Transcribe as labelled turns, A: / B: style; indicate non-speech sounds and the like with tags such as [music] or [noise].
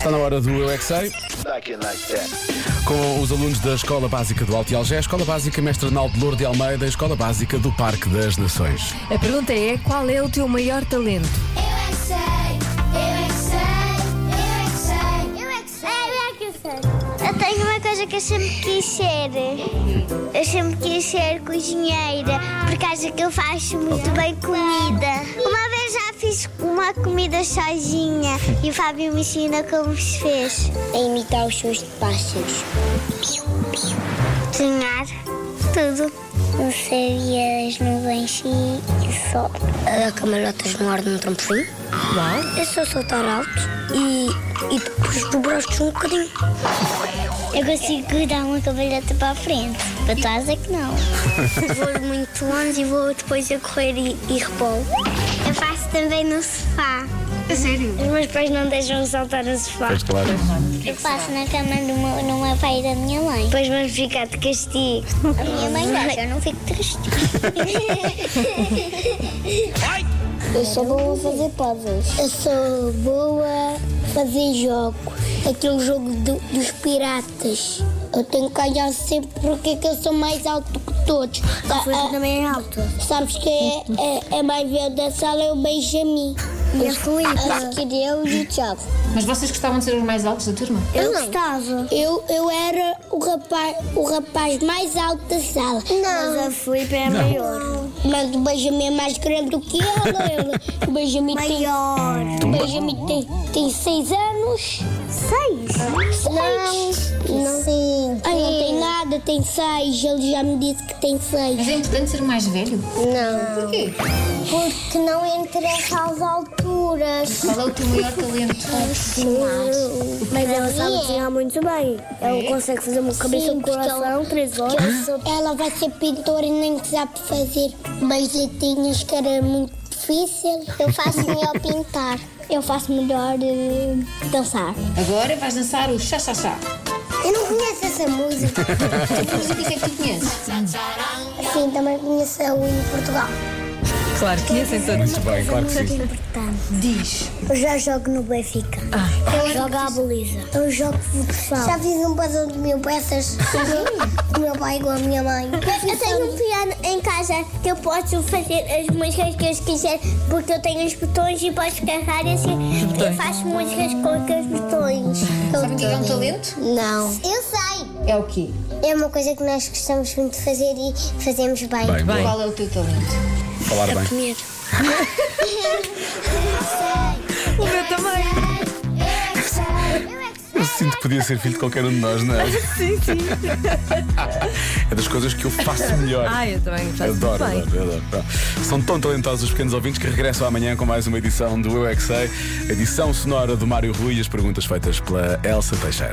A: Está na hora do Eu é Que Sei,
B: Like it like that.
A: com os alunos da Escola Básica do Alto Algé, Escola Básica Mestre Naldo Lourdes de Almeida, Escola Básica do Parque das Nações.
C: A pergunta é: qual é o teu maior talento?
D: Eu é que sei, eu é que sei, eu é que sei, eu é que sei, eu é que sei. Eu tenho uma coisa que eu sempre quis ser. Eu sempre quis ser cozinheira, por causa que eu faço muito bem comida. Uma vez já fiz uma comida sozinha e o Fábio me ensina como se fez. A imitar os sons de pássaros. Desenhar tudo. Não sabia as nuvens e o sol.
E: a cambalhotas no ar num trampolim. É só saltar alto e, e depois dobrar-te um bocadinho.
D: Eu consigo dar uma cavalhota para a frente. Para trás é que
E: [laughs]
D: não. vou muito longe e vou depois a correr e, e repolo. Eu faço também no sofá.
C: A sério?
D: Os meus pais não deixam saltar no sofá.
A: claro.
D: Eu faço na cama numa, numa pai da minha mãe. Depois vamos ficar de castigo. A minha mãe deixa, eu não fico triste. Eu sou boa a fazer puzzles. Eu sou boa a fazer jogos. Aquele jogo do- dos piratas. Eu tenho que olhar sempre porque é que eu sou mais alto que todos. Ah, ah,
E: também é alto.
D: sabes que é, é, é mais velho da sala é o Benjamin. E é a Felipe. Acho que eu e o Tiago.
F: Mas vocês gostavam de ser os mais altos da turma?
D: Eu gostava. Eu, eu era o rapaz, o rapaz mais alto da sala. Não. Mas a Felipe é maior. Mas o Benjamin é mais grande do que ela. ela- [laughs] O Benjamin maior. tem. O Benjamin tem, tem seis anos. Seis? Seis. Não. Sim. Ai, não tem nada, tem seis. Ele já me disse que tem seis.
F: Mas é importante ser o mais velho.
D: Não.
F: Porquê?
D: Porque não interessa às alturas.
F: Qual é o teu maior talento?
D: Mas é. ela sabe desenhar muito bem. Ela consegue fazer uma cabeça com coração, três olhos. Ela vai ser pintora e nem sabe fazer beijetinhos, que era muito difícil. Eu faço [laughs] melhor pintar. Eu faço melhor eh, dançar.
F: Agora vais dançar o chá-chá-chá.
D: Eu não conheço essa música.
F: Que música é que tu conheces?
D: Sim, também conheço a Unha em Portugal.
C: Claro que esse é todos.
A: Muito bem, claro que sim.
D: Importante.
F: Diz.
D: Eu já jogo no Benfica. Eu jogo à baliza. Eu jogo futsal. Já fiz um puzzle de mil [laughs] peças. o meu pai com a minha mãe. Eu, tenho um piano em casa que eu posso fazer as músicas que eu quiser porque eu tenho os botões e posso carregar assim. Eu faço músicas com aqueles botões.
F: Sabem o que é um talento?
D: Não. Eu sei.
F: É o quê?
D: É uma coisa que nós gostamos muito de fazer e fazemos bem.
A: Bem, bom,
F: Qual é o teu talento?
A: falar bem.
D: Comer.
C: O meu também.
D: é
A: Eu sinto que podia ser filho de qualquer um de nós, não é?
C: [laughs] Sim, sim.
A: [laughs] É das coisas que eu faço melhor.
C: Ai, Ah, eu também faço muito
A: Adoro,
C: bem.
A: adoro, adoro. Pronto. São tão talentosos os pequenos ouvintes que regressam amanhã com mais uma edição do Eu é Que Sei, edição sonora do Mário Rui e as perguntas feitas pela Elsa Teixeira.